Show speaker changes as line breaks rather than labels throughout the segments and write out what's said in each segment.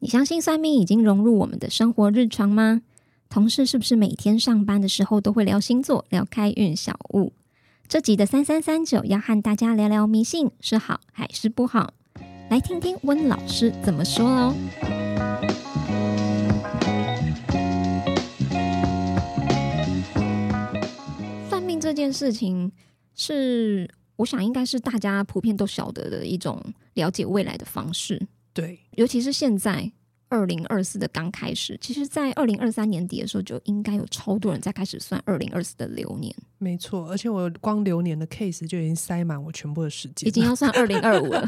你相信算命已经融入我们的生活日常吗？同事是不是每天上班的时候都会聊星座、聊开运小物？这集的三三三九要和大家聊聊迷信是好还是不好，来听听温老师怎么说哦。算命这件事情是，我想应该是大家普遍都晓得的一种了解未来的方式。
对，
尤其是现在二零二四的刚开始，其实，在二零二三年底的时候，就应该有超多人在开始算二零二四的流年，
没错。而且我光流年的 case 就已经塞满我全部的时间，
已经要算二零二五 了，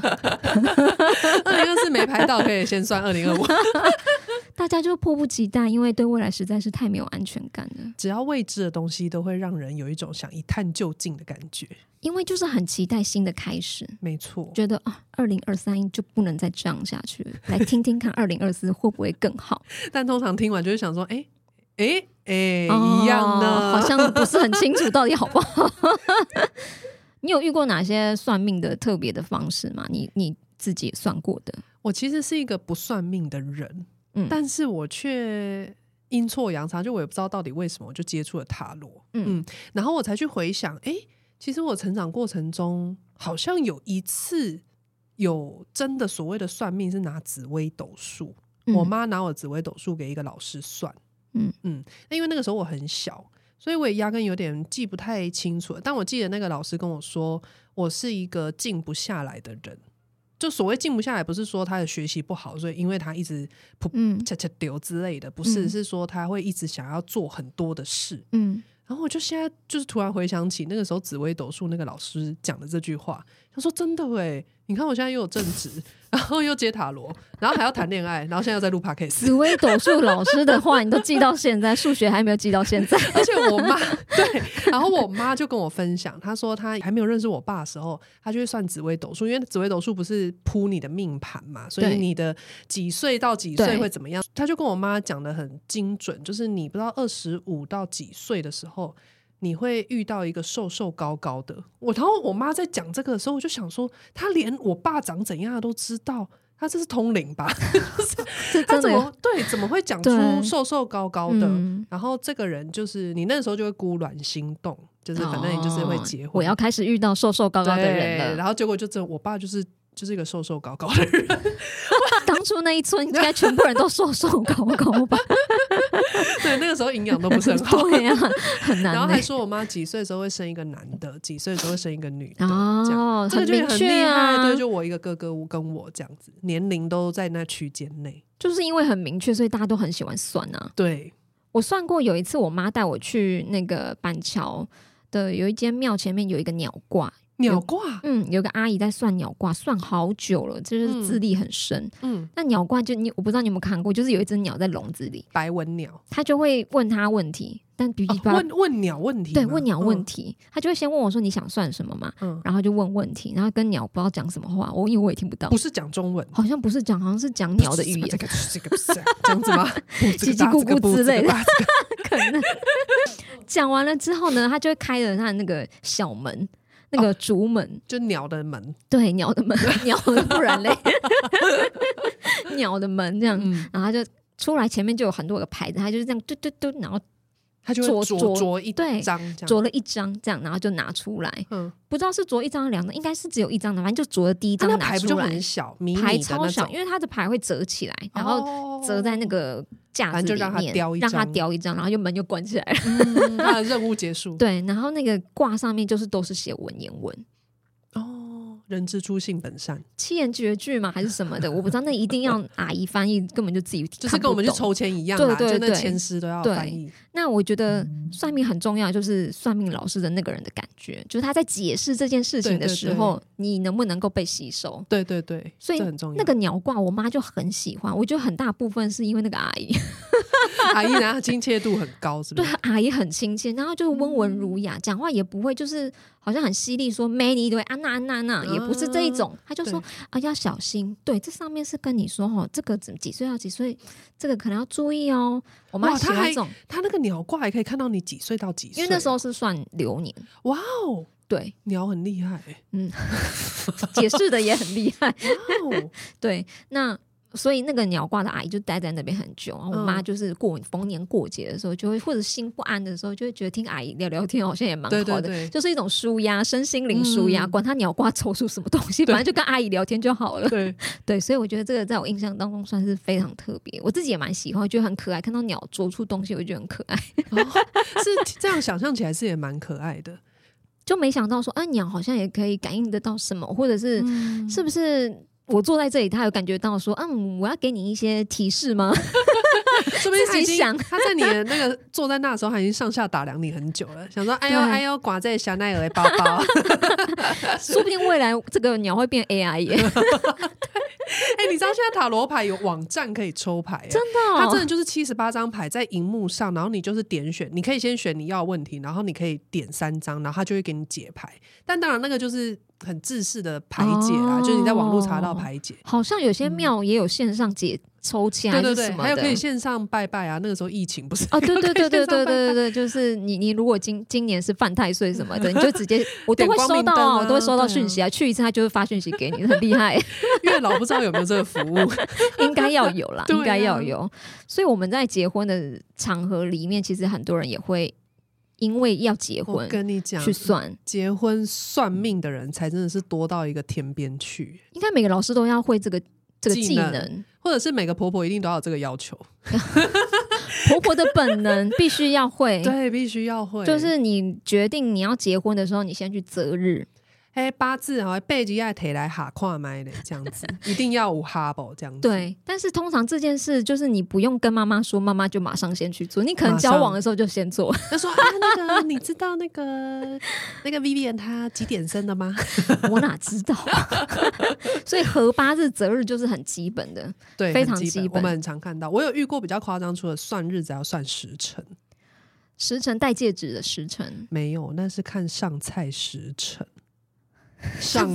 二 零二四没排到，可以先算二零二五。
大家就迫不及待，因为对未来实在是太没有安全感了，
只要未知的东西，都会让人有一种想一探究竟的感觉。
因为就是很期待新的开始。
没错，
觉得啊，二零二三就不能再这样下去了，来听听看二零二四会不会更好？
但通常听完就会想说，哎、哎哎、
哦
一样呢，
好像不是很清楚到底好不好。 你有遇过哪些算命的特别的方式吗？你你自己也算过的？
我其实是一个不算命的人，
嗯
但是我却阴错阳差，就我也不知道到底为什么，我就接触了塔罗，
嗯
嗯然后我才去回想，哎、其实我成长过程中好像有一次有真的所谓的算命是拿紫微斗数，
嗯
我妈拿我紫微斗数给一个老师算，
嗯
嗯，那因为那个时候我很小，所以我也压根有点记不太清楚了。但我记得那个老师跟我说，我是一个静不下来的人。就所谓静不下来，不是说他的学习不好，所以因为他一直噗
嗯
恰恰丢之类的，不是，
嗯
是说他会一直想要做很多的事。
嗯
然后我就现在就是突然回想起那个时候紫微斗数那个老师讲的这句话，他说真的诶，你看我现在又有正职，然后又接塔罗，然后还要谈恋爱，然后现在又在录 podcast，
紫微斗数老师的话，你都记到现在，数学还没有记到现 在。
而且我妈对，然后我妈就跟我分享，她说她还没有认识我爸的时候，她就会算紫微斗数，因为紫微斗数不是铺你的命盘嘛，所
对
以你的几岁到几岁
对
会怎么样？她就跟我妈讲的很精准，就是你不知道二十五到几岁的时候。你会遇到一个瘦瘦高高的我，然后我妈在讲这个的时候，我就想说，她连我爸长怎样都知道，她这是通灵吧？
这
她
真
怎
的有
么对怎么会讲出
对
瘦瘦高高的？
嗯，
然后这个人就是你那时候就会孤鸾心动，就是反正你就是会结婚，
哦我要开始遇到瘦瘦高高的
对
人了。
然后结果就真的，我爸就是就是一个瘦瘦高高的人，
当初那一村应该全部人都瘦瘦高高吧？
对，那个时候营养 都不是很好。
对呀、很难、欸。
然后还说我妈几岁的时候会生一个男的，几岁的时候会生一个女的，这样。
哦，
这个
很
就也
明
很厉
确
害，
啊，
对，就我一个哥哥跟我这样子，年龄都在那区间内。
就是因为很明确，所以大家都很喜欢算啊。
对，
我算过有一次，我妈带我去那个板桥的有一间庙前面有一个鸟卦，
鸟卦，
嗯，有个阿姨在算鸟卦，算好久了，就是
嗯
资历很深。
嗯，
那鸟卦就你我不知道你有没有看过，就是有一只鸟在笼子里，
白文鸟，
它就会问他问题，但比
哦
比、
问问鸟问题吗，嗯
对问鸟问
题，
题，它就会先问我说你想算什么嘛，
嗯，
然后就问问题，然后跟鸟不知道讲什么话，我因为我也听不到
不，是讲中文，
好像不是讲，好像是讲鸟的语言
这，个这个这样子吗？
叽叽咕咕之类的。 可能讲完了之后呢，他就会开了他的那个小门，那个竹门，
就鸟的门，
对，鸟的门， 鸟的不然嘞， 鸟的门这样，
嗯，
然后他就出来，前面就有很多个牌子，他就是这样嘟嘟嘟，然后
它就
啄
会
啄
啄啄一
对
张这样，
啄了一张，这样，然后就拿出来，
嗯，
不知道是啄一张还是两张，应该是只有一张的，反正就啄了第一
啊那
张拿
牌不就
出来
很，小，迷你的
牌
那
超小，
种
因为它的牌会折起来，然后
哦
折在那个架
反
子
正就
里
让它
面，
叼一
让它
张
叼一张，然后就门就关起来了。
嗯它的任务结束，
对，然后那个卦上面就是都是写文言文，
哦，人之初性本善，
七言绝句嘛还是什么的，我不知道。那一定要阿姨翻译，根本就自己就
就
是
跟我们去。抽签一样
对
啦，
对
就那
对
签诗都要
对
翻译，
那我觉得算命很重要，就是算命老师的那个人的感觉，就是他在解释这件事情的
对对
时候，你能不能够被吸收。
对对对，
所以
这很重要。
那个鸟卦，我妈就很喜欢，我觉得很大部分是因为那个阿姨，
嗯阿姨然后亲切度很高，是 不
对啊
是？
阿姨很亲切，然后就是温文
嗯
儒雅，讲话也不会就是好像很犀利，说 many 一堆安娜安娜安娜，也不是这一
嗯
种，她就说啊，要小心。对，这上面是跟你说哦，这个怎几岁到几岁，这个可能要注意哦。我妈
哇
喜
她
欢
还
这种，
他那个鸟卦还可以看到你几岁到几岁，
因为那时候是算流 年，
哇哦，
对，
鸟很厉害，
解释的也很厉害。
哇哦，
对，那所以那个鸟挂的阿姨就待在那边很久，然后我妈
嗯
就是过逢年过节的时候，就会或者心不安的时候，就会觉得听阿姨聊聊天好像也蛮好
对
的，
对对
就是一种舒压，身心灵舒压，
嗯
管他鸟挂抽出什么东西，
对
反正就跟阿姨聊天就好 了。
对，
对，所以我觉得这个在我印象当中算是非常特别，我自己也蛮喜欢，我觉得很可爱，看到鸟啄出东西，我就觉得很可爱，
是这样想象起来是也蛮可爱的，
就没想到说，啊，鸟好像也可以感应得到什么，或者是、
嗯
是不是？我坐在这里，他有感觉到说，嗯，我要给你一些提示吗？
说不定他
自
已
己
经
想
他在你的那个坐在那的时候，他已经上下打量你很久了，想说哎呦
对
哎呦，挂在香奈儿的包包，
说不定未来这个鸟会变 AI 耶，
哎、你知道现在塔罗牌有网站可以抽牌、欸，
真的、
它真
哦。
的就是七十八张牌在荧幕上，然后你就是点选，你可以先选你要的问题，然后你可以点三张，然后它就会给你解牌。但当然那个就是很制式的排解啦，
哦
就是你在网络查到排解。
好像有些庙也有线上解抽签
对
还
对
是
对
什，么
还
的。
有可以线上拜拜啊，那个时候疫情不是
哦，对对对对对对
可以线上拜啊
对对，就是你你如果今今年是犯太岁什么的，你就直 接我都
点
会
光
收
明
到
灯
哦，我都会
啊
收到
对啊
讯息啊，去一次他就会发讯息给你，很厉 害，
月老不知道有没有这个服务，
应该要有啦，
对啊
应该要有。所以我们在结婚的场合里面，其实很多人也会因为要结
我
婚
跟你讲
去，算，
结婚算命的人才真的是多到一个天边去，
应该每个老师都要会这个这个
技
技
能
能。
或者是每个婆婆一定都要有这个要求，
婆婆的本 能必须要会，
对，必须要会，
哎就是你决定你要结婚的时候，你先去择日，
哎，八字好像背吉爱提来哈跨麦的这样 子，一定要五哈宝这样子。，
对。但是通常这件事就是你不用跟妈妈说，妈妈就马上先去做，你可能
马上
交往的时候就先做。
他说啊，那个你知道那个那个 Vivian 她几点生的吗？
我哪知道、 啊？所以合八日择日就是很基本的，
对，
非常
很
基
基
本
我们很常看到。我有遇过比较夸张，除了算日子，还要算时辰。
时辰戴戒指的时辰。
没有，那是看上菜时辰。上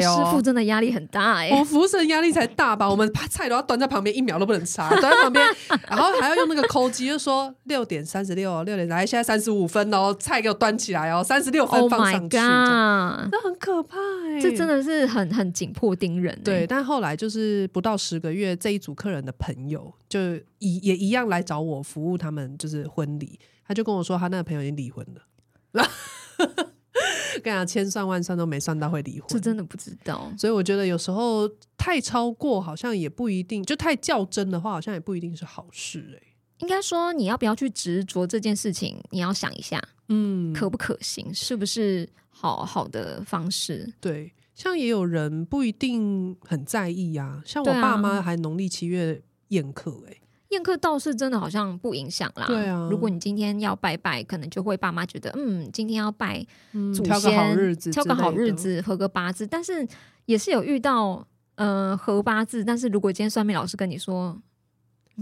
哇师傅
哦，
真的压力很大哎、
我哦服务生压力才大吧？我们把菜都要端在旁边，一秒都不能差，端在旁边，然后还要用那个抠机，就说六点三十六，六点来，现在三十五分哦，菜给我端起来哦，三十六分
Oh
放
my
上去。这样
god！
那很可怕哎、
这真的是很很紧迫盯人、欸。
对。，但后来就是不到十个月，这一组客人的朋友就一也一样来找我服务他们，就是婚礼，他就跟我说他那个朋友已经离婚了。 跟你讲，千算万算都没算到会离
这
婚，
真的不知道。
所以我觉得有时候太超过好像也不一定，就太较真的话好像也不一定是好事哎、
应该说，你要不要去执着这件事情，你要想一下。
嗯，
可不可行，是不是好好的方式？
对，像也有人不一定很在意啊，像我
对啊
爸妈还农历七月宴客哎、
宴客倒是真的好像不影响啦。
对啊
如果你今天要拜拜，可能就会爸妈觉得，嗯，今天要拜
嗯
祖先，
挑个好日子，
挑个好日。子，合个八字。但是也是有遇到，呃，合八字。但是如果今天算命老师跟你说，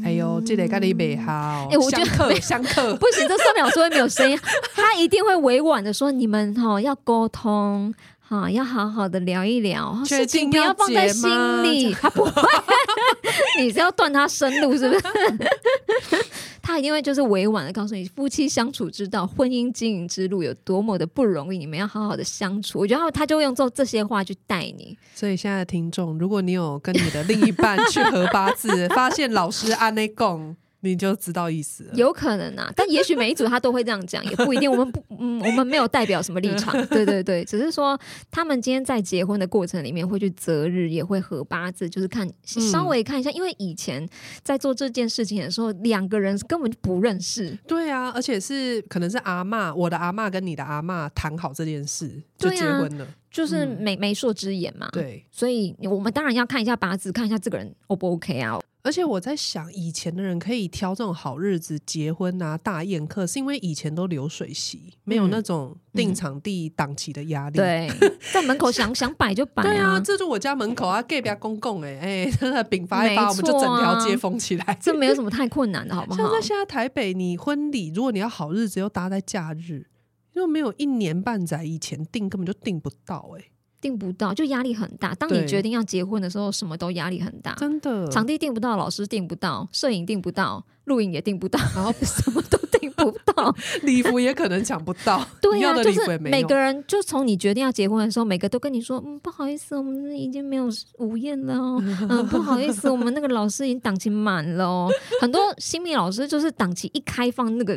哎呦，这得跟你美哈哦！
哎我觉得
相克相克，
不行，这算命老师会没有声音，他一定会委婉的说，你们哈、要沟通。好，要好好的聊一聊，哦
确
事情
定
不
要
要放在
结
心
吗
里。他不会， 你是要断他生路是不是？ 他一定会就是委婉的告诉你，夫妻相处之道、婚姻经营之路有多么的不容易，你们要好好的相处。我觉得他他就会用这这些话去带你，
所以现在的听众，如果你有跟你的另一半去合八字， 发现老师安内供，你就知道意思了。
有可能啊，但也许每一组他都会这样 讲，也不一定。我们不，嗯，我们没有代表什么立场，对对对，只是说他们今天在结婚的过程里面会去择日，也会合八字，就是看
嗯
稍微看一下，因为以前在做这件事情的时候，两个人根本就不认识，
对啊，而且是可能是阿嬷，我的阿嬷跟你的阿嬷谈好这件事就
对
结
啊
婚了。
就是
嗯
媒媒妁之言嘛。，
对，
所以我们当然要看一下八字，看一下这个人 O 不 OK 啊。
而且我在想，以前的人可以挑这种好日子结婚啊、大宴客，是因为以前都流水席，没有
嗯
那种定场地、档期的压力。
对， 在门口想想摆就摆
对啊，
啊。
这就我家门口啊，隔壁公共哎、欸、哎， 真的丙发一发，
没
我们就整
错啊
条街封起来。
这没有什么太困难的， 好不好
像？在现在台北，你婚礼如果你要好日子又搭在假日，又没有一年半载以前订，根本就订不到哎、
订不到，就压力很大。当你
对
决定要结婚的时候，什么都压力很大，
真的。
场地订不到，老师订不到，摄影订不到，录影也订不到，
然后
什么都订不 到。
礼服也可能抢不 到，
对
你
呀、
要的
就
礼服
是
也没
每
有。
个人，就从你决定要结婚的时候，每个都跟你说，嗯，不好意思，我们已经没有午宴了哦， 嗯，不好意思，我们那个老师已经档期满了 哦。很多新密老师就是档期一开放，那个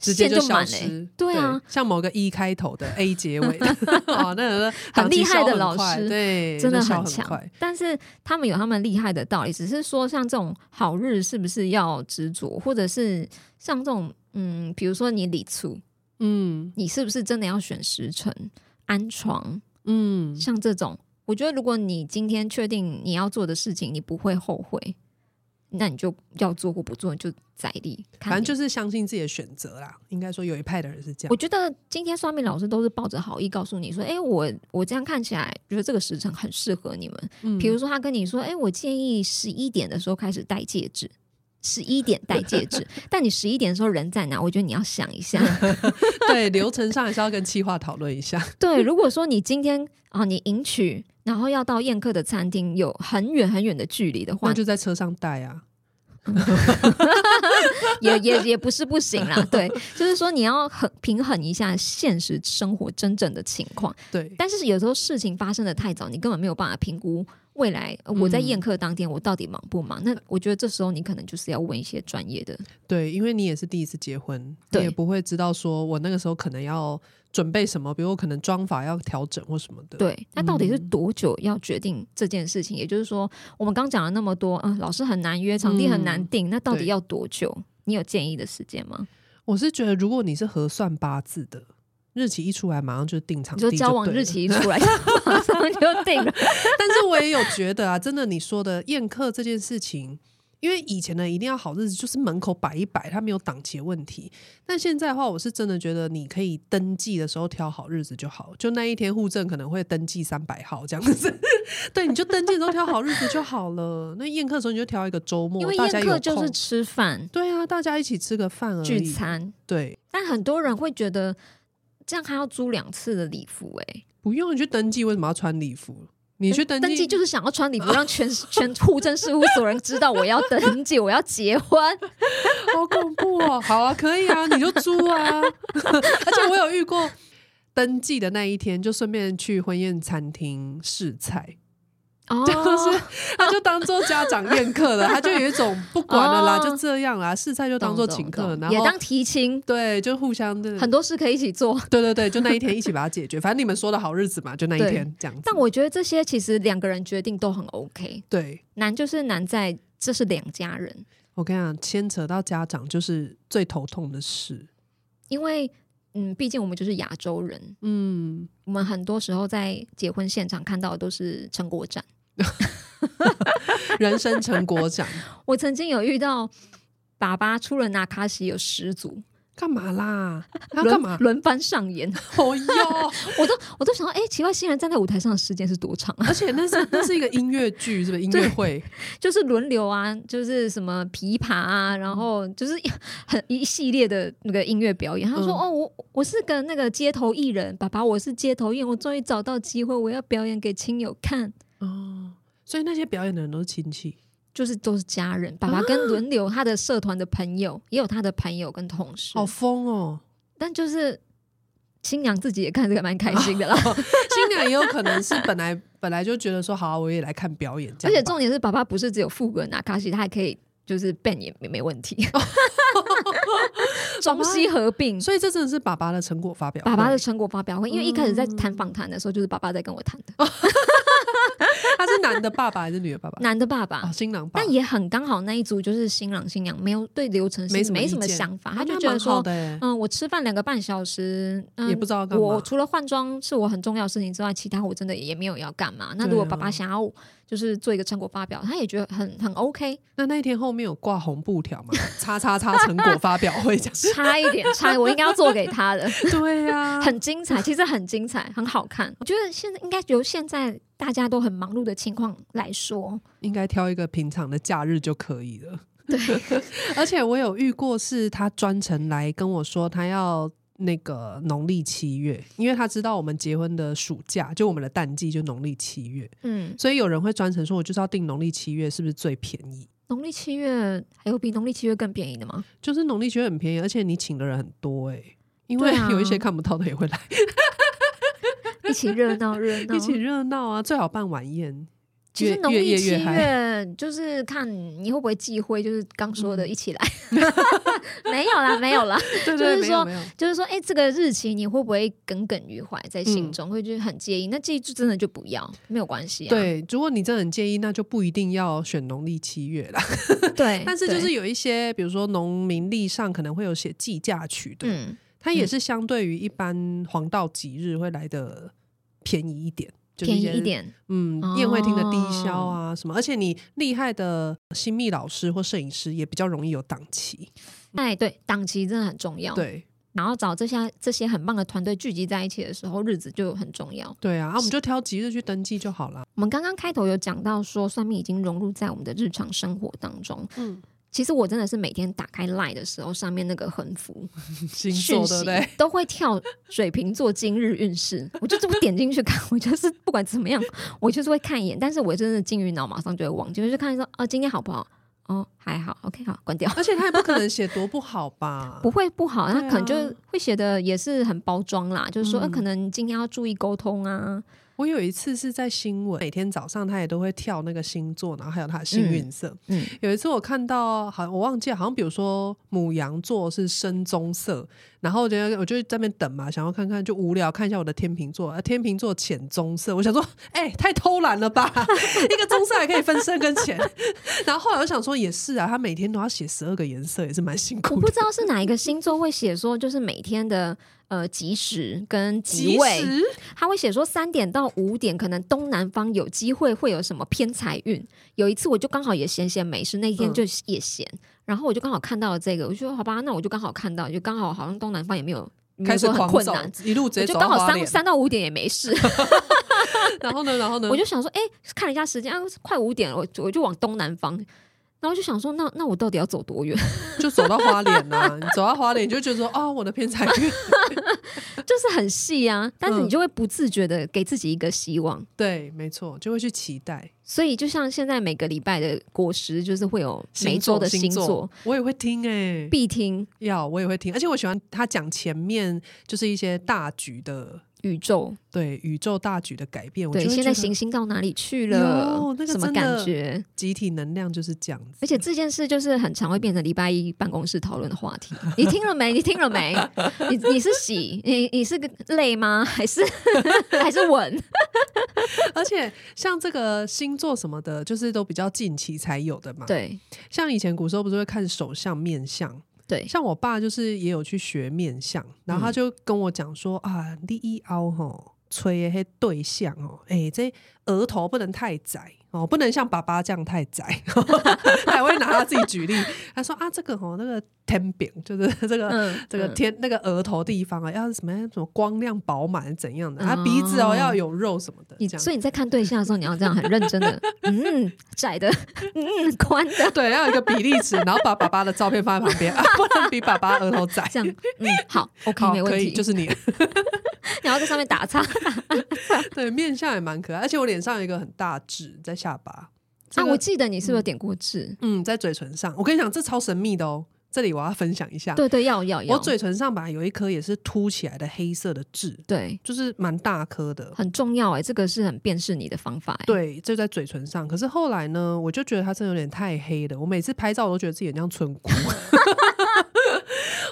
直接
线就
消
满嘞、
失，
对啊，
像某个一开头的 A 结 尾的，哦，那个
很厉害的
档期消很
老
快
师
对，
真的
那消
很
很
强
快。
但是他们有他们厉害的道理，只是说像这种好日是不是要执着，或者是像这种嗯，比如说你礼处，
嗯
你是不是真的要选时辰、安床，
嗯，
像这种，我觉得如果你今天确定你要做的事情，你不会后悔，那你就要做或不做，就再立。。
反正就是是相信自己的选择啦。应该说有一派的人是这
我
样，
觉得今天算命老师都是抱着好意告诉你说，哎、我我这样看起来觉得这个时辰很适合你们，
嗯
比如说，他跟你说：“哎、我建议十一点的时候开始戴戒指，十一点戴戒 指。”但你十一点的时候人在哪？我觉得你要想一下。
对流程上还是要跟企划讨论一 下。
对，如果说你今天啊、你迎娶，然后要到宴客的餐厅有很远很远的距离的
那
话，
就在车上带啊，
也也也不是不行啦。对，就是说你要很平衡一下现实生活真正的情况。
对，
但是有时候事情发生的太早，你根本没有办法评估未来呃我在
嗯
宴客当天我到底忙不忙。那我觉得这时候你可能就是要问一些专业的。
对，因为你也是第一次结婚，你
对
也不会知道说我那个时候可能要准备什么，比如我可能妆法要调整或什么的。，
对，那到底是
嗯
多久要决定这件事情？也就是说，我们刚讲了那么多，嗯，老师很难约，场地很难
嗯
定，那到底
对
要多久？你有建议的时间吗？
我是觉得如果你是核算八字的，日期一出来马上就定场
你
地，
说交往日。期一出来，马上就定了。
但是我也有觉得啊，真的你说的宴客这件事情。因为以前呢，一定要好日子，就是门口摆一摆，它没有档期的问题。但现在的话，我是真的觉得你可以登记的时候挑好日子就好，就那一天户政可能会登记三百号这样子。 对，你就登记的时候挑好日子就好了。那宴客的时候你就挑一个周末，
因为
大家
宴
有
客就是
空
吃饭
对啊，大家一起吃个饭而已。
聚餐，
对，
但很多人会觉得这样还要租两次的礼服、欸，哎，
不用你去登记，为什么要穿礼服？呃你去登记，
登记就是想要穿礼服，让全 全户政事务所人知道我要登记，我要结婚。
好恐怖 哦！好啊，可以啊，你就租啊。 而且我有遇过登记的那一天，就顺便去婚宴餐厅试菜，
哦，
就是他就当做家长宴客了，他就有一种不管了啦，
哦
就这样啦，试菜就当做请客了，
懂懂懂
然
也
后
当提亲，
对，就互相的，
很多事可以一起做。
对对对，就那一天一起把它解决。反正你们说的好日子嘛，就那一
对
天这样子。
但我觉得这些其实两个人决定都很 OK，
对
难就是难在这是两家人，
我跟你讲，牵扯到家长就是最头痛的事。
因为嗯，毕竟我们就是亚洲人，
嗯，
我们很多时候在结婚现场看到的都是成果展。
人生成果奖
我曾经有遇到爸爸出了纳卡西有十组，
干嘛啦？他
轮
干嘛？
轮番上演，
哦哟！
我都我都想到，哎、奇怪，新人站在舞台上的时间是多长啊？
而且那是那是一个音乐剧，是不是音乐会？
就是轮流啊，就是什么琵琶啊，然后
嗯
就是很一系列的那个音乐表演。他说：“
嗯
哦，我我是个那个街头艺人，爸爸，我是街头艺人，我终于找到机会，我要表演给亲友看。”
哦，所以那些表演的人都是亲戚。
就是都是家人，爸爸
啊
跟轮流他的社团的朋友，也有他的朋友跟同事，
好疯哦！
但就是新娘自己也看这个蛮开心 的啦。
新娘也有可能是本来本来就觉得说好、啊，我也来看表演这
而且
样吧。
重点是，爸爸不是只有副歌拿卡西，他还可以就是 ban 也没没问 题，中西合并。
所以这真的是爸爸的成果发表会。
爸爸的成果发表会，因为一开始
嗯
在谈访谈的时候，就是爸爸在跟我谈的，
哦他是男的爸爸还是女的爸 爸？
男的爸爸
哦，，新郎爸。
但也很刚好那一组就是新郎新娘没有对流程是
没什么
没
意
什么
见
想法，
啊
他就
那
觉得
蛮好
说，
的欸
嗯，我吃饭两个半小时，嗯，
也不知道要干嘛
我除了换装是我很重要的事情之外，其他我真的也没有要干嘛。那如果
对啊
爸爸想要就是做一个成果发表，他也觉得很很 OK，
那那一天后面有挂红布条嘛？叉叉叉成果发表会这样。
差一点，差一点我应该要做给他的，
对啊 呀、
很精彩，其实很精彩，很好看。我觉得现在应该由现在大家都很忙碌的情况来说，
应该挑一个平常的假日就可以 了。对，而且我有遇过，是他专程来跟我说他要。那个农历七月，因为他知道我们结婚的暑假，就我们的淡季就农历七月，
嗯，
所以有人会专程说，我就是要订农历七月，是不是最便宜？
农历七月还有比农历七月更便宜的吗？
就是农历七月很便宜，而且你请的人很多哎、因为
对啊
有一些看不到的也会来，
一起热闹热闹
一。起热闹啊！最好办晚宴，
其实
越
农
越
历
夜
七
越嗨
月就是看你会不会忌讳，就是刚说
嗯
的一起来， 没有啦，没有啦，
对
就是
对，没
说
有没有，
就是说，哎、这个日期你会不会耿耿于怀在
嗯
心中，会就是很介意？那介意就真的就不要，没有关系啊。
对，如果你真的很介意，那就不一定要选农历七月啦。
对，
但是就
对
是有一些，比如说农民历上可能会有写计价曲的，
嗯，
它也是相对于一般黄道吉日会来的便宜一点，就是
便宜
些
一，点，哦
嗯，宴会厅的低消啊什么，而且你厉害的新密老师或摄影师也比较容易有档期，
哎，对，档期真的很重要。，
对
然后找这些这些很棒的团队聚集在一起的时候，日子就很重要。
对啊，啊我们就挑吉日去登记就好了，
我们刚刚开头有讲到说，算命已经融入在我们的日常生活当中。
嗯，
其实我真的是每天打开 LINE 的时候，上面那个横幅
星
讯
座对
息
不对？
都会跳水瓶座今日运势，我就这么点进去看， 我就是不管怎么样，我就是会看一眼，但是我真的金鱼脑马上就会忘记，我就看说哦今天好不好？哦还好，OK 好，关掉。
而且他也不可能写多不好吧？
不会不好，那
对啊
可能就会写的也是很包装啦，就是说，
嗯
呃，可能今天要注意沟通啊，
我有一次是在新闻，每天早上他也都会跳那个星座，然后还有他的幸运色。
嗯，
有一次我看到，好像我忘记了，好像比如说母羊座是深棕色，然后我觉得我就在那边等嘛，想要看看就无聊看一下我的天秤座，啊、天秤座浅棕色，我想说，哎、太偷懒了吧，一个棕色还可以分深跟浅。 然后后来我想说，也是啊，他每天都要写十二个颜色，也是蛮辛
我
苦
不
的。
知道是哪一个星座会写说，就是每天的呃吉时跟吉
即
位，
时
他会写说三点到五点，可能东南方有机会会有什么偏财运。有一次我就刚好也闲闲没事，那
嗯
一天就也闲，然后我就刚好看到了这个，我就说好吧，那我就刚好看到，就刚好好像东南方也没有没
开
有
始
说很
狂
困
走
难。，
一路直
我
接
就
走
刚
到
好
花
三
莲。
三到五点也没 事，
然后呢，然后呢，
我就想说，哎、看了一下时间啊，快五点了，我我就往东南方，然后就想说，那那我到底要走多远？
就走到花莲呐、你走到花莲，你就觉得说，哦，我的偏财运，
就是很细啊，但是
嗯
你就会不自觉的给自己一个希望。
对，没错，就会去期待
所以就像现在每个礼拜的果实，就是会有每
星
一
座
周的星
座，我也会听哎、
必听
要我也会听，而且我喜欢他讲前面就是一些大局的，
宇宙。
对宇宙大局的改变，我
对，
就会
现
觉
在
得
行星到哪里去了
有？那个
什么
真的
感觉？
集体能量就是这样子，
而且这件事就是很常会变成礼拜一办公室讨论的话 题。你听了没？你听了没？你你是喜？你你是个累吗？ 还是还是稳？
而且像这个星座什么的，就是都比较近期才有的嘛。，
对
像以前古时候不是会看手相面相，
对，
像我爸就是也有去学面相，然
嗯
后他就跟我讲说、啊，你一凹吼，吹黑对象哦，哎、这额头不能太窄哦，不能像爸爸这样太窄。 他还会拿他自己举例，他说啊，这个哦，那个天饼就是 这个。
嗯
这个
嗯
天、那个额头地方啊，要什么什么光亮饱满怎样的
哦
啊，鼻子哦要有肉什么的，
你
这
所
样
以你在看对象的时候，你要这样很认真 的，嗯，窄的，嗯，宽的，
对，要有一个比例尺，然后把爸爸的照片放在旁边，啊、不能比爸爸额头窄，
这样，嗯，好，OK，
好
没问
可
题，
以，就是你。
你要在上面打叉。
对，面相也蛮可爱，而且我脸上有一个很大痣在下巴， 这
啊，
个
我记得你是不是有点过痣？
嗯在嘴唇上。我跟你讲，这超神秘的哦，这里我要分享一下。
对对，要要要，
嗯我嘴唇上本来有一颗也是凸起来的黑色的痣，
对
就是蛮大颗的。
很重要哎、这个是很辨识你的方法哎、
对，就在嘴唇上。可是后来呢，我就觉得它真的有点太黑了。我每次拍照，我都觉得自己很像村 姑，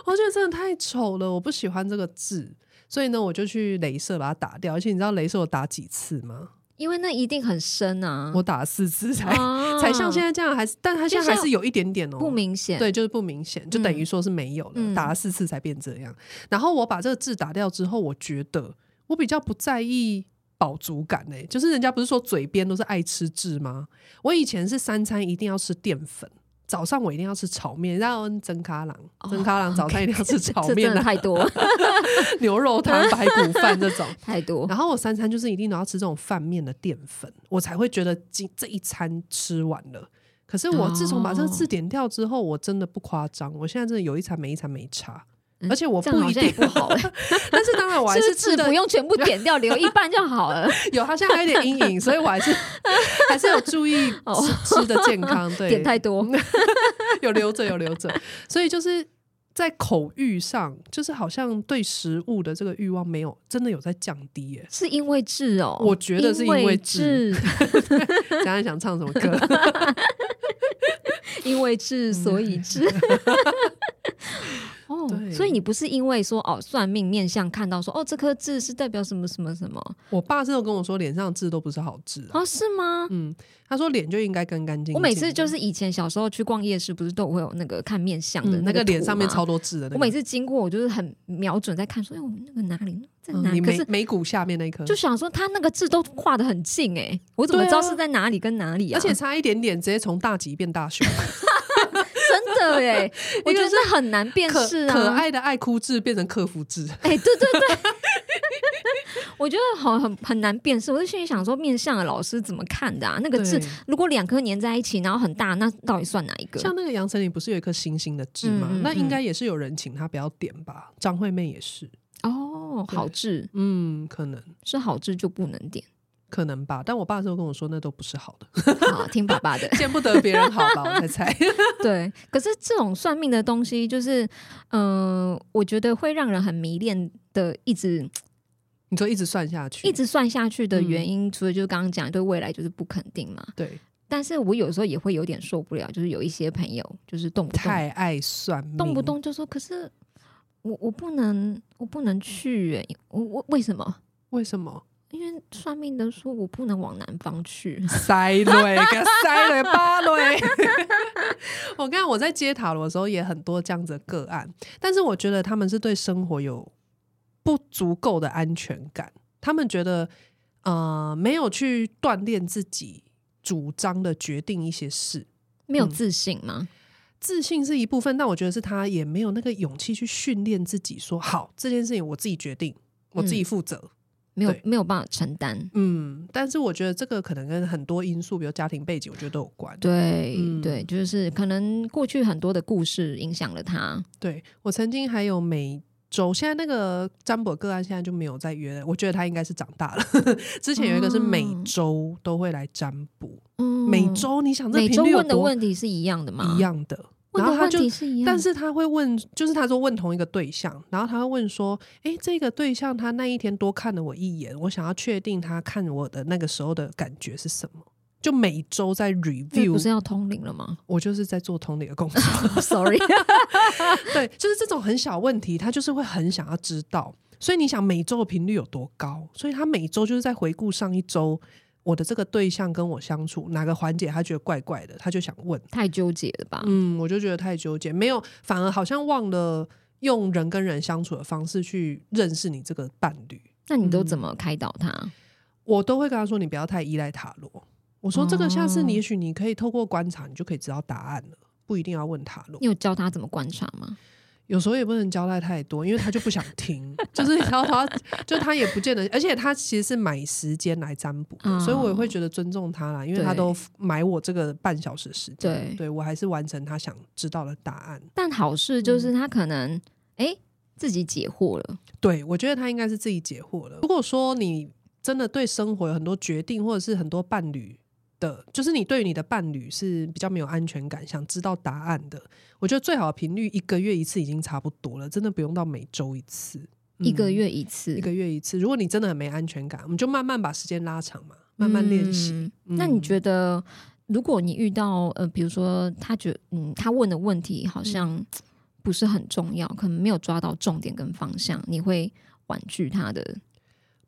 我觉得真的太丑了，我不喜欢这个痣。所以呢，我就去镭射把它打掉。而且你知道镭射我打几次吗？
因为那一定很深啊，
我打了四次才
啊
才像现在这样，还是，但它现在还是有一点点哦、
不明显，
对，就是不明显，就等于说是没有了，
嗯
打了四次才变这样。然后我把这个痣打掉之后，我觉得我比较不在意饱足感呢、就是人家不是说嘴边都是爱吃痣吗？我以前是三餐一定要吃淀粉。早上我一定要吃炒面，然后蒸咖郎，蒸咖郎早餐一定要吃炒
哦这
面
真的
啊，
太多
牛肉汤、 排骨饭这种。
太多，
然后我三餐就是一定都要吃这种饭面的淀粉，我才会觉得今这一餐吃完了。可是我自从把这个
哦
字点掉之后，我真的不夸张，我现在真的有一餐没一餐没差，而且我
嗯这样
不
好
一
像也
定
不好、欸，是
但是当 然我还
不是
吃
字
的
不用全部点 掉，留一半就好了？
有，他现在还有点阴 影，所以我还是还是有注意
哦
吃吃的健康，对，嗯
点太多，
有留着有留着，所以就是在口欲上，就是好像对食物的这个欲望没有真的有在降低耶。
是因为痣哦，
我觉得是因为痣
痣，
想想想唱什么歌？
因为
嗯
痣所以 痣。哦
对，
所以你不是因为说哦算命面相看到说哦这颗痣是代表什么什么什么
我爸是有跟我说，脸上的痣都不是好痣啊、
哦是吗？
嗯，他说脸就应该干干净净的。
我每次就是以前小时候去逛夜市，不是都会有那个看面相的
嗯那
个
个脸
图
上面
吗
超多痣的那
我
个
每，次经过，我就是很瞄准在看，说：“哎，我们那个哪里，在
嗯
哪？”
你
可
眉
是
眉骨下面那一颗，
就想说，他那个字都画的很近哎、我怎么
对啊
知道是在哪里跟哪里啊？
而且差一点点直接从大吉变大 凶，
真的哎、 我
一
觉
个
得这很难辨
可
识啊。
可爱的爱哭痣变成克服痣。
哎、对对对， 我觉得好很很难辨识。我就心里想说，面相的老师怎么看的啊？ 那个字
对
如果两颗粘在一起，然后很大，那到底算哪一个？
像那个杨丞琳不是有一颗星星的痣吗？
嗯嗯
那应
嗯
该也是有人请她不要点吧？张惠妹也是，
哦，好痣
嗯，可能
是好痣就不能点。
可能吧。但我爸就跟我说，那都不是好的，
好，听爸爸的。
见不得别人好吧？我在猜。
对，可是这种算命的东西，就是，嗯、我觉得会让人很迷恋的，一直
你就一直算下去，
一直算下去的原因，除了就是刚刚讲对未来就是不肯定嘛。
对，
但是我有时候也会有点受不了，就是有一些朋友就是动不动
太爱算命，
动不动就说，可是我我不能我不能去、欸，我我为什么？
为什么
因为算命的说我不能往南方去，
塞蕊个塞蕊八蕊？ 我刚才我在接塔罗的时候也很多这样子的个案，但是我觉得他们是对生活有不足够的安全感，他们觉得呃没有去锻炼自己主张的决定一些事，
没有
嗯
自信吗？
自信是一部分，但我觉得是他也没有那个勇气去训练自己说好这件事情我自己决定，我自己负责。
没有
对
没有办法承担。
嗯，但是我觉得这个可能跟很多因素，比如家庭背景，我觉得都有关。
对、
嗯
对，就是可能过去很多的故事影响了他。
对我曾经还有每周，现在那个占卜个案现在就没有再约了，我觉得他应该是长大了。 之前有一个是每
哦
周都会来占卜，
嗯
每周你想这
每周
频率有
问的
多
问题是一样的吗？
一，样的，
问的
然后他
问
就
题是一样。
但是他会问，就是他说问同一个对象，然后他会问说：“诶，这个对象他那一天多看了我一眼，我想要确定他看我的那个时候的感觉是什么。”就每周在
那不是
review，
要通灵了吗
我就是在做同理的工作。
？Sorry，
对，就是这种很小问题，他就是会很想要知道。所以你想每周的频率有多高？所以他每周就是在回顾上一周我的这个对象跟我相处哪个环节他觉得怪怪的，他就想问。
太纠结了吧？
嗯，我就觉得太纠结，没有，反而好像忘了用人跟人相处的方式去认识你这个伴侣。
那你
嗯
都怎么开导他？
我都会跟他说，你不要太依赖塔罗。我说这个下次你
哦
也许你可以透过观察，你就可以知道答案了，不一定要问塔罗。
你有教他怎么观察吗？
有时候也不能交代太多，因为他就不想 听，就是然后他就他也不见得，而且他其实是买时间来占卜的，
嗯
所以我也会觉得尊重他啦，因为他
对
都买我这个半小时的时间，
对
对我还是完成他想知道的答案。
但好事
嗯
就是他可能哎、诶自己解惑了，
对，我觉得他应该是自己解惑了。如果说你真的对生活有很多决定，或者是很多伴侣的，就是你对于你的伴侣是比较没有安全感，想知道答案的，我觉得最好的频率一个月一次已经差不多了，真的不用到每周一次，嗯
一个月一次，
一个月一次。如果你真的很没安全感，我们就慢慢把时间拉长嘛，慢慢练习。
嗯那你觉得，如果你遇到呃，比如说他觉嗯，他问的问题好
嗯
像不是很重要，可能没有抓到重点跟方向，你会婉拒他的？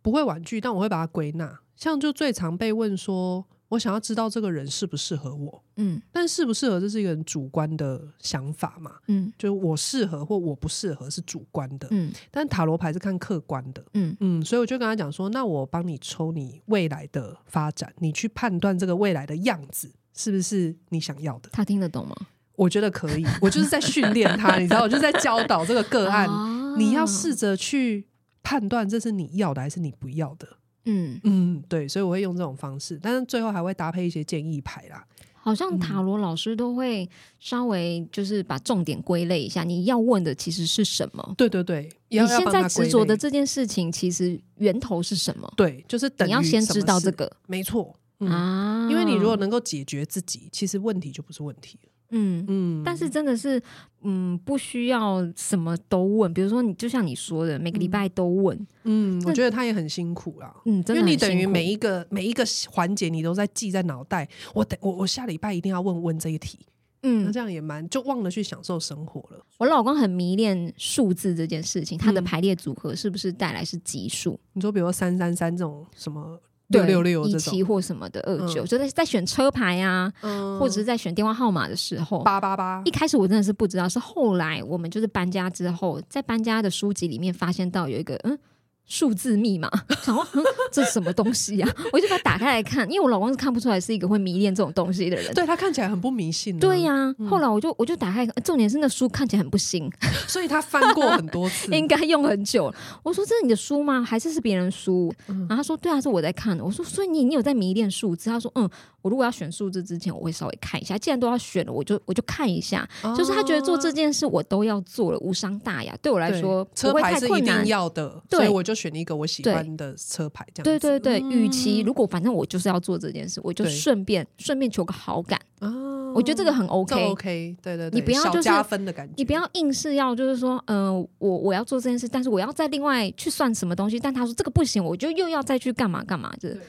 不会婉拒，但我会把它归纳。像就最常被问说，我想要知道这个人适不适合我，
嗯
但适不适合这是一个人主观的想法嘛。
嗯
就是我适合或我不适合是主观的，
嗯
但塔罗牌是看客观的。
嗯，
嗯，所以我就跟他讲说，那我帮你抽你未来的发展，你去判断这个未来的样子是不是你想要的。
他听得懂吗？
我觉得可以，我就是在训练 他，你知道，我就是在教导这个个案，
啊
你要试着去判断这是你要的还是你不要的。
嗯
嗯，对，所以我会用这种方式，但是最后还会搭配一些建议牌啦，
好像塔罗老师都会稍微就是把重点归类一下，你要问的其实是什么？
对对对，
你
也要
现在执着的，
要帮他归类
这件事情，其实源头是什么？
对，就是等
你要
于
先
什么
知道
事
这，个
没错，嗯
啊，
因为你如果能够解决自己，其实问题就不是问题了。
嗯。
嗯，
但是真的是，嗯，不需要什么都问。比如说，你就像你说的，每个礼拜都问，
嗯，我
那
觉得他也很辛苦啦。
嗯，
因
真
为
的很
你等于
辛苦
每一个每一个环节，你都在记在脑袋。我等我我下礼拜一定要问问这一题，那
嗯，
这样也蛮就忘了去享受生活了。
我老公很迷恋数字这件事情，他的
嗯
排列组合是不是带来是奇数？
你说，比如三三三这种什么六
对
六六
一
这
七
种，
或什么的二九，
嗯
就在在选车牌啊，
嗯
或者是在选电话号码的时候，
八八八
一，开始我真的是不知道，是后来我们就是搬家之后，在搬家的书籍里面发现到有一个嗯。数字密码， 然后、嗯、这是什么东西呀、 我就把它打开来看，因为我老公是看不出来是一个会迷恋这种东西的人。
对他看起来很不迷信、
对、呀、
嗯
后来我就我就打开，呃重点是那书看起来很不行，
所以他翻过很多 次。
应该用很久了。我说这是你的书吗？还是是别人书？
嗯
然后他说对啊，是我在看的。我说所以你你有在迷恋数字？他说嗯，我如果要选数字之前，我会稍微看一下。既然都要选了，我就我就看一下。就是他觉得做这
啊
件事我都要做了，无伤大雅，对我来
对
说
车
不会
牌
太
是一
困难
定。要的，
对
所以我就选一个我喜欢的车牌，这样
对
子。
对对，与其
嗯
如果反正我就是要做这件事，我就
对
顺便顺便求个好感，
啊
我觉得这个很 OK。
这 OK，对对对，
你不要
小
就是
加分的感觉，
你不要硬是要，就是说，嗯、我我要做这件事，但是我要再另外去算什么东西，但他说这个不行，我就又要再去干嘛干嘛，这
对嗯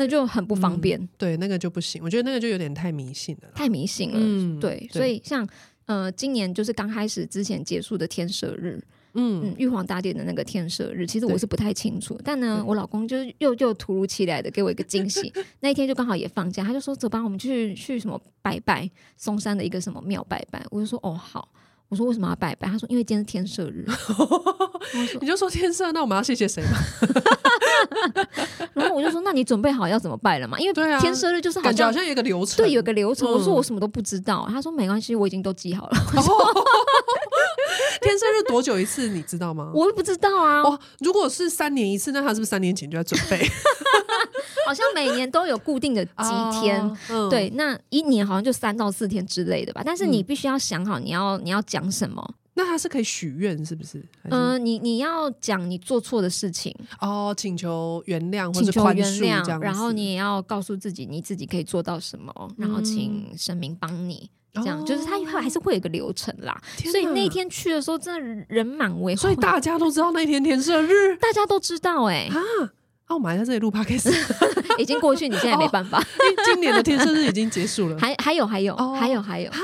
那就很不方便，
对那个就不行，我觉得那个就有点太迷信了啦。
太迷信了。
嗯
对，所以像呃，今年就是刚开始之前结束的天赦日，
嗯
嗯，玉皇大帝的那个天赦日，其实
对
我是不太清楚，但呢
对，
我老公就是又又突如其来的给我一个惊喜，那一天就刚好也放假，他就说走吧，我们去去什么拜拜，嵩山的一个什么庙拜拜，我就说哦好。我说为什么要拜拜？他说因为今天是天赦 日。我说
你就说天赦，那我们要谢谢谁嘛？
然后我就说：“那你准备好要怎么拜了嘛？”因为
对啊
天赦日就是 好
感觉好
像
像有一个流程，
对有个流程。
嗯
我说我什么都不知道，他说没关系，我已经都记好了。
哦天赦日多久一次，你知道吗？
我又不知道啊，
哦，如果是三年一次，那他是不是三年前就要准 备
好像每年都有固定的几天。？
啊嗯
对，那一年好像就三到四天之类的吧，但是你必须要想好你要你要讲什么，
那他是可以许愿，是不是？还是
嗯、你你要讲你做错的事情，
哦，请求原谅或
请
者
求
宽
原
恕这样
谅，
子，嗯
然后你也要告诉自己你自己可以做到什么，然后请神明帮你，这样、就是它
哦
还是会有一个流程啦。
天
所以那
哪
天哦去的时候，真的人满为
所以
患
大家都知道那天天赦日
大家都知道 哎、
啊。啊，我们还在这里录 podcast，
已经过去，你现在没办法。
今年的天赦日已经结束了。
还还有还有、
哦
还有还有，
啊，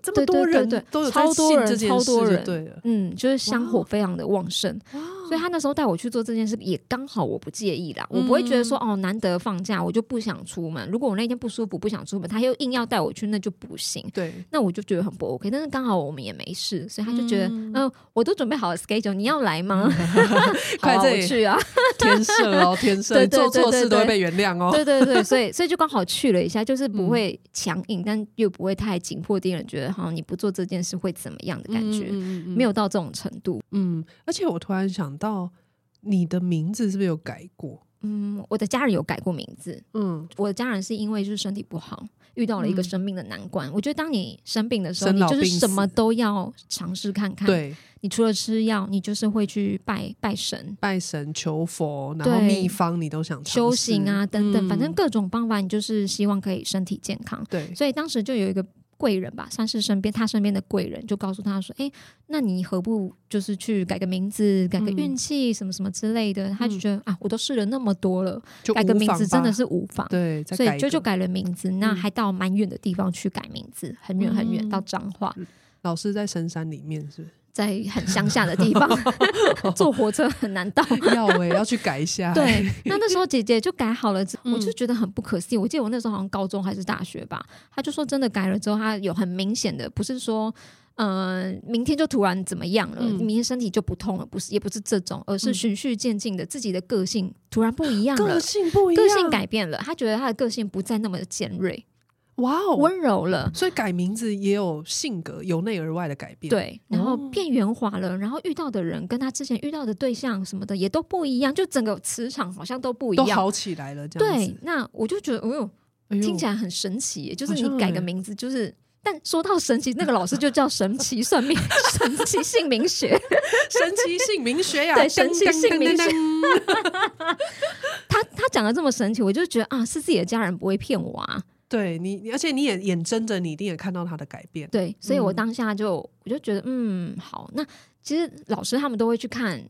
这
对
么多
对对
人
对
都有
超
在
多
信
人
这件
超
事，
多
就
人
对了。
嗯，就是香火
哇
非常的旺盛，
嗯
所以他那时候带我去做这件事，也刚好我不介意啦，我不会觉得说
嗯
哦难得放假我就不想出门。如果我那天不舒服不想出门，他又硬要带我去，那就不行。
对，
那我就觉得很不 OK，但是刚好我们也没事，所以他就觉得，嗯
嗯、
我都准备好了 schedule，你要来吗？ 好
快
啊，
这
我
里
去啊！
天赦 哦，天赦，
对
你做
对对
错
对
事都会
对
被原谅哦。
对对对，所以所以就刚好去了一下，就是不
嗯
会强硬，但又不会太紧迫地让人觉得好像你不做这件事会怎么样的感觉，
嗯
没，有到这种程度。
嗯嗯嗯，而且我突然想到，你的名字是不是有改过？
嗯，我的家人有改过名字，
嗯，
我的家人是因为就是身体不好，遇到了一个
嗯
生病的难关。我觉得当你生病的时候，
生
你
老
就是
病
什么
死
都要尝试看看。，
对，
你除了吃药，你就是会去拜拜神。
拜神求佛，然后
对
秘方你都想尝
修行啊
试
等等，
嗯
反正各种方法，你就是希望可以身体健康。
对，
所以当时就有一个贵人吧，算是身边他身边的贵人，就告诉他说：“哎、那你何不就是去改个名字，改个
嗯
运气，什么什么之类的？”他就觉得、啊，我都试了那么多了，
就
改个
无
名
妨
字真的
吧
是无妨。
对，再
所
改
以
一
就就
个
改了名字，那
嗯
还到蛮远的地方去改名字，很远很远，
嗯
到彰化，
老师在深山里面是
在很乡下的 地方，坐火车很难到。
不是 要哎，要去改一下。
对，那那时候姐姐就改好了之，我就
嗯
觉得很不可思议。我记得我那时候好像高中还是大学吧，她就说真的改了之后，她有很明显的，不是说。嗯、明天就突然怎么样了？
嗯
明天身体就不痛了，不是，也不是这种，而是
嗯
循序渐进的，自己的个性突然不一样了
个，性不一样，
个性改变了。她觉得她的个性不再那么的尖锐，
哇哦，
温柔了，
所以改名字也有性格由内而外的改变。，
对，然后
哦
变圆滑了，然后遇到的人跟她之前遇到的对象什么的也都不一样，就整个磁场好像都不一
都
样。
好起来了，这样
对
子，。
那我就觉得，哎呦，
哎呦
听起来很神奇耶，就是
好
你
像
改
欸
个名字，就是。但说到神奇，那个老师就叫神奇算命、 神奇姓名学，
神奇姓名学 呀，
对神奇姓名学
噔噔噔噔 噔
他他讲的这么神奇，我就觉得啊，是自己的家人不会骗我啊，
对你，你而且你也眼睁着，你一定也看到他的改变。
对，所以我
嗯
当下就、我就觉得嗯好，那其实老师他们都会去看，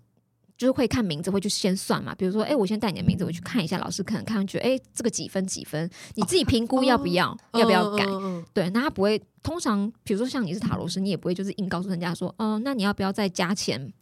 就是会看名字，会去先算嘛，比如说哎、诶我先带你的名字，我去看一下，老师可能看觉得哎、诶这个几分几分，你自己评估要不要、要不要改，
哦嗯嗯嗯
对，那他不会，通常比如说像你是塔罗师，你也不会就是硬告诉人家说，哦、那你要不要再加钱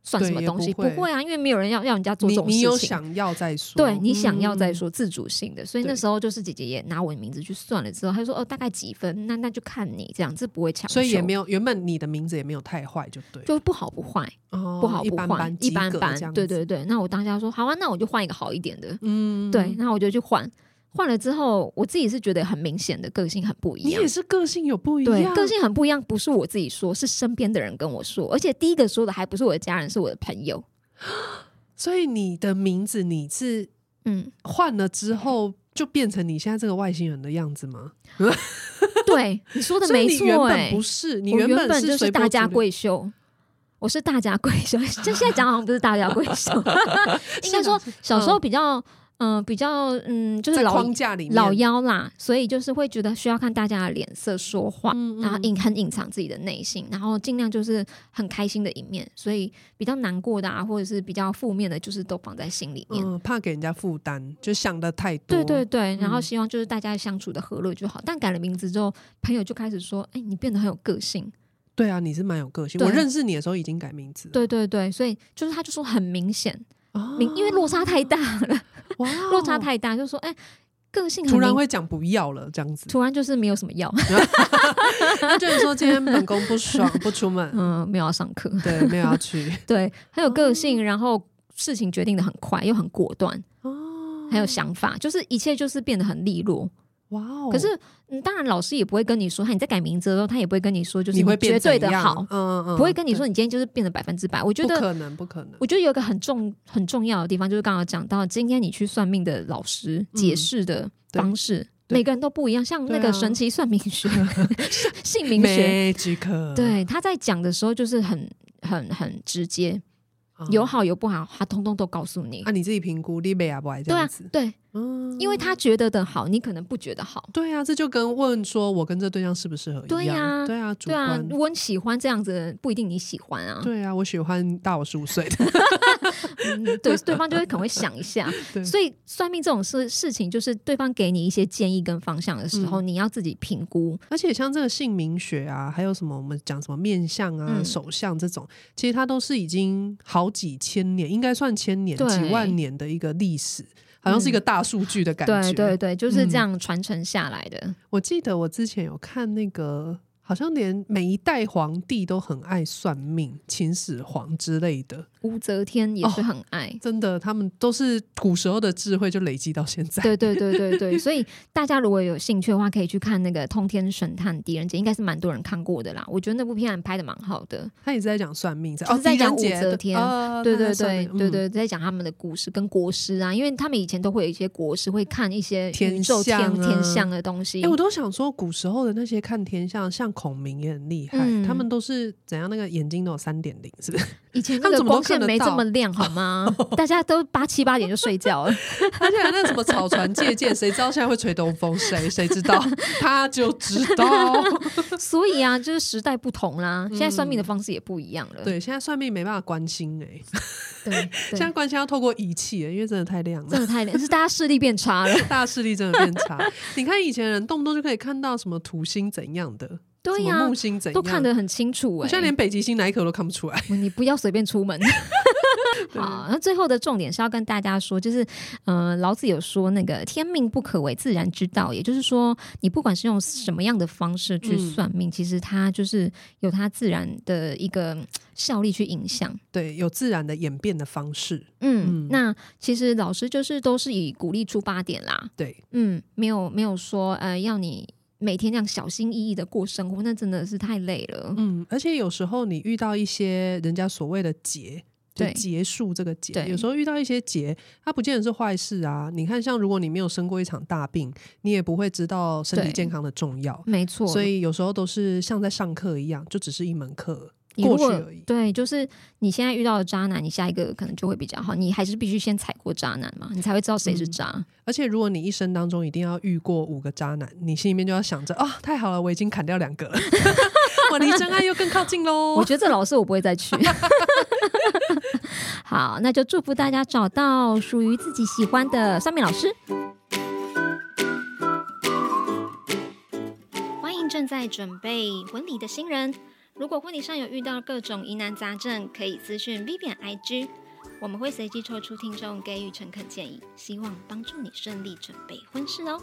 算什
对
么
也
东
不
西？不
会
啊，因为没有人要让人家做这
你
种
你有
事情。
想要再说，
对你想要再
嗯，
说自主性的，所以那
对
时候就是姐姐也拿我的名字去算了之后，她就说哦大概几分，那那就看你这样，这不会强求，
所以也没
有
有原本你的名字也没有太坏，就对，
就不好不坏，
哦
不好
一
不坏，
般般，
一
及
般
格
般
这样，
对
子，
对对。那我当下说好啊，那我就换一个好一点的，
嗯
对，。那我就去换，换了之后我自己是觉得很明显的个性很不一
你
样
也，是个性有不一
对，
样，
个性很不一样，不是我自己说，是身边的人跟我说，而且第一个说的还不是我的家人，是我的朋友。
所以你的名字你是
嗯，
换了之后就变成你现在这个外星人的样子吗？
对，你说的
所以
没
你原
错、
本
欸，
不是，你
我原
本
就
随
是
波
大家
逐流，
闺秀。我是大家闺秀，就现在讲好像不是大家闺 秀，应该说小时候比较，嗯、比较，嗯，就是
在
老
框架里面，
老妖啦，所以就是会觉得需要看大家的脸色说话，
嗯
然后
嗯
隐很隐藏自己的内心，然后尽量就是很开心的一面，所以比较难过的啊，或者是比较负面的，就是都放在心里面。
嗯，怕给人家负担，就想的太多，
对对对，然后
嗯
希望就是大家相处的和乐就好。但改了名字之后，朋友就开始说：“哎，你变得很有个性。
对啊，你是蛮有个性。
对
我认识你的时候已经改名字”了，
对对对，所以就是他就说很明显，
哦
明因为落差太大了，
哇哦
落差太大，就说：“哎，个性很
突然
明
会讲不要了这样子，
突然就是没有什么药，
那 就是说今天本宫不爽不出门，
嗯，没有要上课。”
对，没有要去
对，很有个性，然后事情决定的很快，又很果断，
哦，
很有想法，就是一切就是变得很利落。
哇哦，
可是，嗯，当然老师也不会跟你说，你在改名字的时候，他也不会跟你说，就是
你会变
绝对的
怎样
好，
嗯嗯，
不会跟你
对
说你今天就是变得百分之百。我觉
不
得，
可能，不可能，
我觉得有一个很重很重要的地方，就是刚刚讲到，今天你去算命的老师解
嗯
释的
对
方式，
嗯对
每个人都不一样，像那
对
个
啊
神奇算命 学、姓名学。
没几可，
对，他在讲的时候就是很很很直接，
哦
有好有不好，他通通都告诉你
啊，。你自己评估，你美啊不爱这
对
样
啊
子，，
对，
嗯
因为他觉得的好，你可能不觉得好。
对啊，这就跟问说我跟这对象适不适合一样，
对呀
对啊，主
对啊
观，。
如果你喜欢这样子的人，不一定你喜欢啊。
对啊，我喜欢大我十五岁的，。
嗯对，对方就会可能会想一下
对
所以算命这种事事情，就是对方给你一些建议跟方向的时
嗯
候，你要自己评估。
而且像这个姓名学啊，还有什么我们讲什么面相啊、
嗯
手相这种，其实它都是已经好几千年，应该算千年、
对嗯
几万年的一个历史，好像是一个大数据的感觉。
对
嗯
对对，就是这样传承下来的。
我记得我之前有看那个，好像连每一代皇帝都很爱算命，秦始皇之类的，
武则天
哦
也是很 爱。
真的，他们都是古时候的智慧就累积到现在。
对对对对对，所以大家如果有兴趣的话，可以去看那个《通天神探狄仁杰》，应该是蛮多人看过的啦。我觉得那部片拍的蛮好的。
他也是在讲算命，在
就
哦，
是在讲
狄仁杰
武则天
哦
对
他
对
在算
对
命
对
嗯
对，在讲他们的故事跟国师啊，因为他们以前都会有一些国师会看一些宇
天
宙天
象啊
天象的东西
哎、。我都想说，古时候的那些看天象，像孔明也很厉害，
嗯
他们都是怎样？那个眼睛都有三点零，是不是？
以前那
他
个
们怎么都
光线
看得
没这
到
么亮，好 吗？大家都八七八点就睡觉了。
而且还那个什么草船借箭，谁知道现在会吹东风？谁谁知道？他就知道。
所以啊，就是时代不同啦，现在算命的方式也不一样了。
嗯对，现在算命没办法关心哎、
对
现在
对，
关心要透过仪器、欸，因为真的太亮了
真。的太 亮，是大家视力变差 了。
大视力真的变差， 你看以前人动不动就可以看到什么土星怎样的，
对
什
呀
么木，星怎样，
都看得很清楚
我
哎
现在。连北极星哪一颗都看不出来。
你不要随便出 门。好，那最后的重点是要跟大家说，就是，呃，老子有说那个“天命不可违，自然之道”，也就是说，你不管是用什么样的方式去
嗯
算命，其实它就是有它自然的一个嗯效力去影响。
对，有自然的演变的方式，
嗯，
嗯
那其实老师就是都是以鼓励出发点啦，
对，
嗯，没有没有说呃要你每天这样小心翼翼的过生活，那真的是太累了。
嗯，而且有时候你遇到一些人家所谓的劫，就
对
结束这个结。
对
有时候遇到一些结，它不见得是坏事啊。你看，像如果你没有生过一场大病，你也不会知道身体
对
健康的重要。
没错。
所以有时候都是像在上课一样，就只是一门课
你
过
如
去
果
而已。
对，就是你现在遇到的渣男，你下一个可能就会比较好。你还是必须先踩过渣男嘛，你才会知道谁
嗯
是渣。
而且如果你一生当中一定要遇过五个渣男，你心里面就要想着啊、太好了，我已经砍掉两个了， 我离真爱又更靠近喽
我。觉得这老师我不会再去。好，那就祝福大家找到属于自己喜欢的算命老师。欢迎正在准备婚礼的新人，如果婚礼上有遇到各种疑难杂症，可以咨询 Vivian IG，我们会随机抽出听众给予诚恳建议，希望帮助你顺利准备婚事哦。